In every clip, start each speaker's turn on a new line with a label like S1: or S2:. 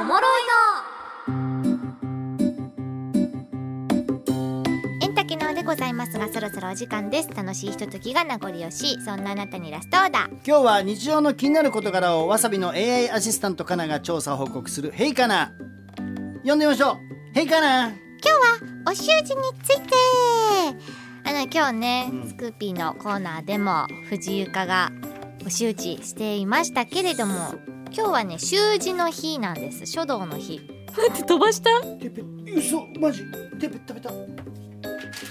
S1: おもろい
S2: エンタケナオでございますがそろそろお時間です楽しいひとときが名残惜しいそんなあなたにラストオーダー
S3: 今日は日常の気になる事柄をわさびの AI アシスタントかなが調査報告する「ヘイかな」呼んでみましょう「ヘイかな
S2: お習字についてあの今日ね、
S3: うん
S2: スクーピーのコーナーでも藤井ゆかがお習字していましたけれども今日はね習字の日なんです書道の日待って飛ばした」
S3: てっぺ嘘マジてっぺ食べた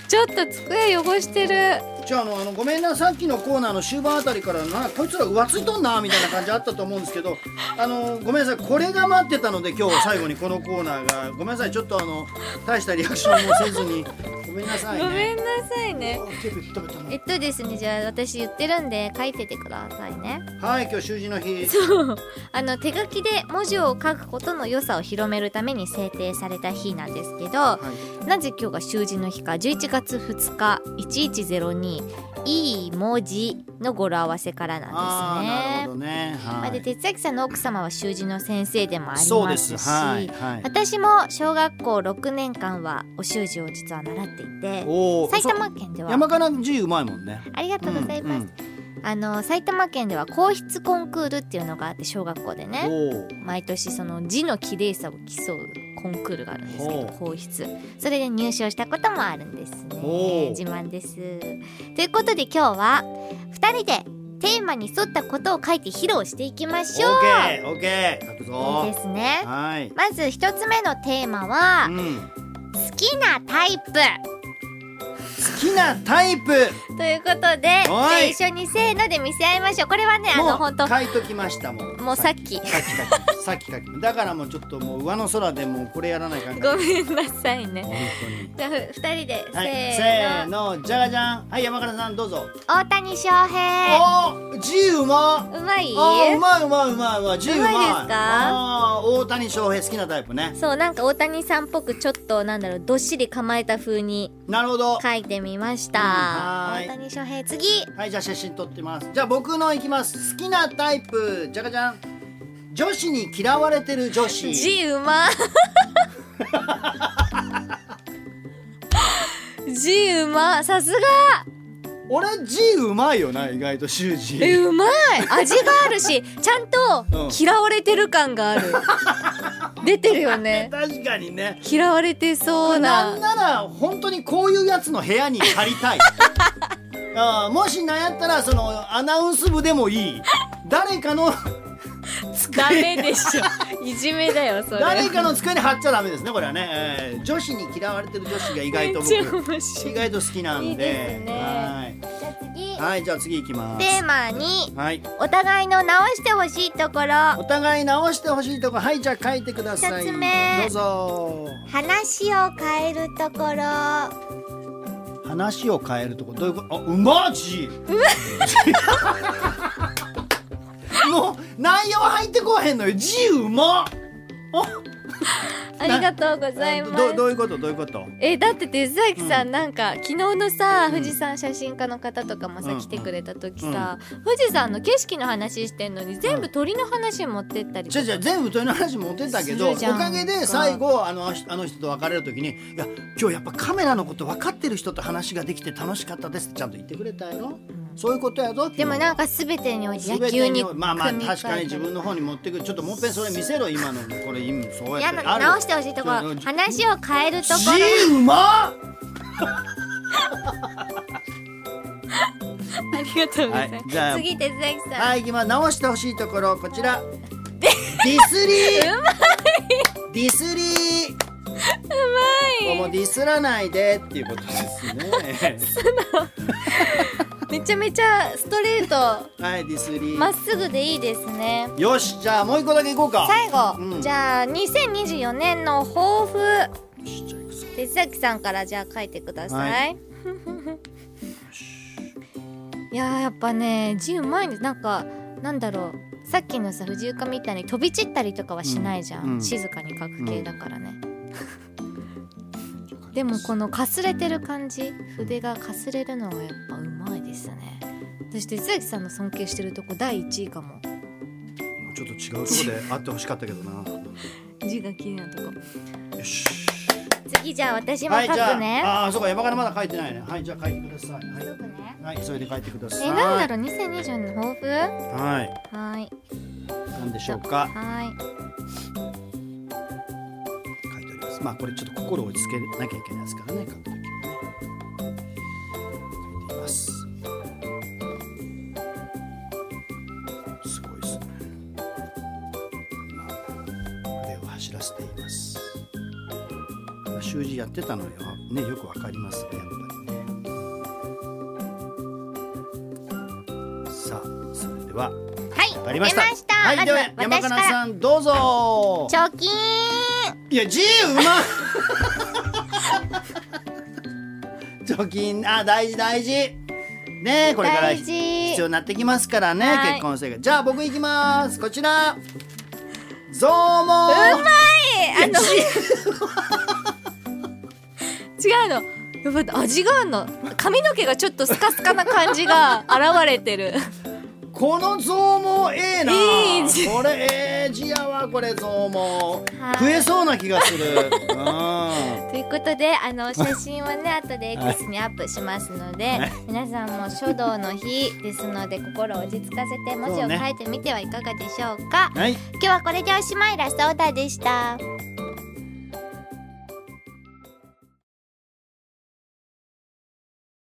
S2: ちょっと机汚してる
S3: じゃああのあのごめんなさっきのコーナーの終盤あたりからなこいつら浮ついとんなみたいな感じあったと思うんですけどあのごめんなさいこれが待ってたので今日最後にこのコーナーがごめんなさいちょっとあの大したリアクションもせずにごめんなさいね
S2: ごめんなさいね
S3: あ手ぶっ飛べたな
S2: えっとですねじゃあ私言ってるんで書いててくださいね
S3: はい今日習字の日
S2: そうあの手書きで文字を書くことの良さを広めるために制定された日なんですけど、
S3: はい
S2: なぜ今日が習字の日か11月2日1102いい文字の語呂合わせから
S3: ああ
S2: なん
S3: な
S2: です
S3: る
S2: ね。
S3: ほどね
S2: まあ
S3: は
S2: で
S3: い
S2: 哲崎さんの奥様は習字の先生でもありますし
S3: そうですはいはい
S2: 私も小学校6年間はお習字を実は習っていて
S3: おー
S2: 埼玉県で
S3: そう
S2: は
S3: 山かな字うまいもんね
S2: ありがとうございます、あの埼玉県では皇室コンクールっていうのがあって小学校でね
S3: うんうんおー
S2: 毎年その字の綺麗さを競うコンクールがあるんですけど
S3: ほう
S2: 皇室それで入賞したこともあるんです
S3: ほう
S2: ね自慢ですということで今日は2人でテーマに沿ったことを書いて披露していきましょう
S3: オッケーオッケー書くぞ
S2: いいですね
S3: はい
S2: まず1つ目のテーマは
S3: うん
S2: 好きなタイプ
S3: 好きなタイプ
S2: ということで
S3: おい
S2: 一緒にせーので見せ合いましょうこれはねあ
S3: も
S2: の
S3: う
S2: 本当
S3: 書いときましたもん
S2: もうさっき
S3: さっき書きさっき書きだからもうちょっともう上の空でもうこれやらないかん
S2: ごめんなさいね
S3: 本当に
S2: じゃあ2人でせーの,、
S3: はいせーのじゃがじゃんはい山倉さんどうぞ
S2: 大谷翔平
S3: おー字うま
S2: うまい
S3: あーうまいうまいうまいうま字うまいう
S2: まいですか
S3: あー大谷翔平好きなタイプね
S2: そうなんか大谷さんっぽくちょっとなんだろうどっしり構えた風に
S3: なるほど
S2: 書いてみまし
S3: うん
S2: た
S3: はーい
S2: 大谷翔平次
S3: はいじゃあ写真撮ってますじゃあ僕のいきます好きなタイプじゃがじゃん女子に嫌われてる女子
S2: 字うま字うまさすが
S3: 俺字うまいよな意外と習字
S2: えうまい味があるしちゃん
S3: うん
S2: と嫌われてる感がある出てるよね
S3: 確かにね
S2: 嫌われてそう
S3: な
S2: なん
S3: なら本当にこういうやつの部屋に借り たいあーもし悩ったらそのアナウンス部でもいい誰かの
S2: ダメでしょいじめだよそれ
S3: 誰かの机に貼っちゃダメですねこれはね、えー女子に嫌われてる女子が意外と
S2: めっちゃ
S3: 僕
S2: 面白い
S3: 意外と好きなんで
S2: いいですね
S3: は
S2: じゃあ次
S3: いはいじゃあ次行きます
S2: テーマに
S3: はい
S2: お互いの直してほしいところ
S3: お互い直してほしいとこはいじゃあ書いてください
S2: 一つ目
S3: どうぞ
S2: 話を変えるところ
S3: 話を変えるとこどういうことあうまっちもう内容入ってこへんのよ字うまっ
S2: ありがとうございます
S3: どどういうことどういうこと
S2: えだって手崎さん、
S3: う
S2: なんか昨日のさ、
S3: うん
S2: 富士山写真家の方とかもさ、
S3: うん
S2: 来てくれた時さ、富士山の景色の話してんのに全部鳥の話持ってったりと
S3: じ
S2: か
S3: ゃじゃ全部鳥の話持ってたけど
S2: す
S3: お
S2: るじゃん
S3: かげで最後あのあの人あの人と別れる時に「いや今日やっぱカメラのこと分かってる人と話ができて楽しかったです」ってちゃんと言ってくれたやろそういうことやぞ
S2: でもなんか全てにおいて野球に
S3: 全てまあまあ
S2: 組み替え
S3: 確
S2: た
S3: かに
S2: り
S3: 自分の方に持ってくるちょっともう一遍それ見せろ今のこれ今そう
S2: 嫌
S3: やって
S2: なの
S3: ある
S2: 直してほしいところ
S3: ちょ
S2: 話を変えるとこ
S3: 字うまっ
S2: ろ ありがとうござい
S3: はい
S2: ます、
S3: じゃあ
S2: 次手崎さん、
S3: はい、今直してほしいところ、こちら。ディスリー。ディスリー。うまい。もうディスらないでっていうことです ね。
S2: めちゃめちゃストレート
S3: はい、ディスリー。
S2: まっすぐでいいですね
S3: よし、じゃあ、もう一個だけいこうか。
S2: 最後、
S3: うん
S2: じゃあ2024年の抱負
S3: よしじゃあいくぞ
S2: 哲崎さんからじゃあ書いてください、、
S3: はい
S2: やーやっぱね字うまいんですなんかなんだろうさっきのさ藤岡みたいに飛び散ったりとかはしないじゃん、
S3: うんうん
S2: 静かに書く系だからね、でもこのかすれてる感じ筆がかすれるのがやっぱうまいですねそして哲崎さんの尊敬してるとこ第1位かも
S3: もうちょっと違うところであってほしかったけどな。
S2: 字が綺麗なとこ
S3: よし
S2: 次じゃあ私も
S3: は
S2: 書
S3: い
S2: く
S3: じゃ
S2: ね、
S3: ああーそうか山からまだ書いてないねはいじゃあ書いてくださいは
S2: 書くね
S3: い、はい、それで書いてください
S2: えなんだろう2020の抱負は
S3: はい
S2: ーい
S3: なんでしょうか
S2: は
S3: 書いておりますまあこれちょっと心を落ち着けなきゃいけないですからね書くときはね書いていますすごいですね今腕を走らせています習字やってたのよねよくわかりますねやっぱりねさあそれではい
S2: はい
S3: わかりました
S2: 出ました
S3: はい
S2: ま
S3: で
S2: ず
S3: は
S2: は
S3: 山
S2: 私
S3: か
S2: か
S3: な
S2: ら
S3: さんどうぞ
S2: 貯金
S3: いや字う まい貯金あ大事大事ねえこれから
S2: 大
S3: 必
S2: 事
S3: 要になってきますからね
S2: はい
S3: 結婚生活じゃあ僕行きますこちらどうも
S2: うまいあの違うのやっぱ味があんの髪の毛がちょっとスカスカな感じが現れてる
S3: この増毛ええな、
S2: いい字
S3: これええ字やわこれ増
S2: はい
S3: 毛増えそうな気がする うん
S2: ということであの写真は ね後で X にアップしますので、
S3: はい
S2: 皆さんも書道の日ですので心を落ち着かせて文字
S3: そう
S2: を
S3: ね
S2: 書いてみてはいかがでしょうか
S3: はい
S2: 今日はこれでおしまいラストオーダーでした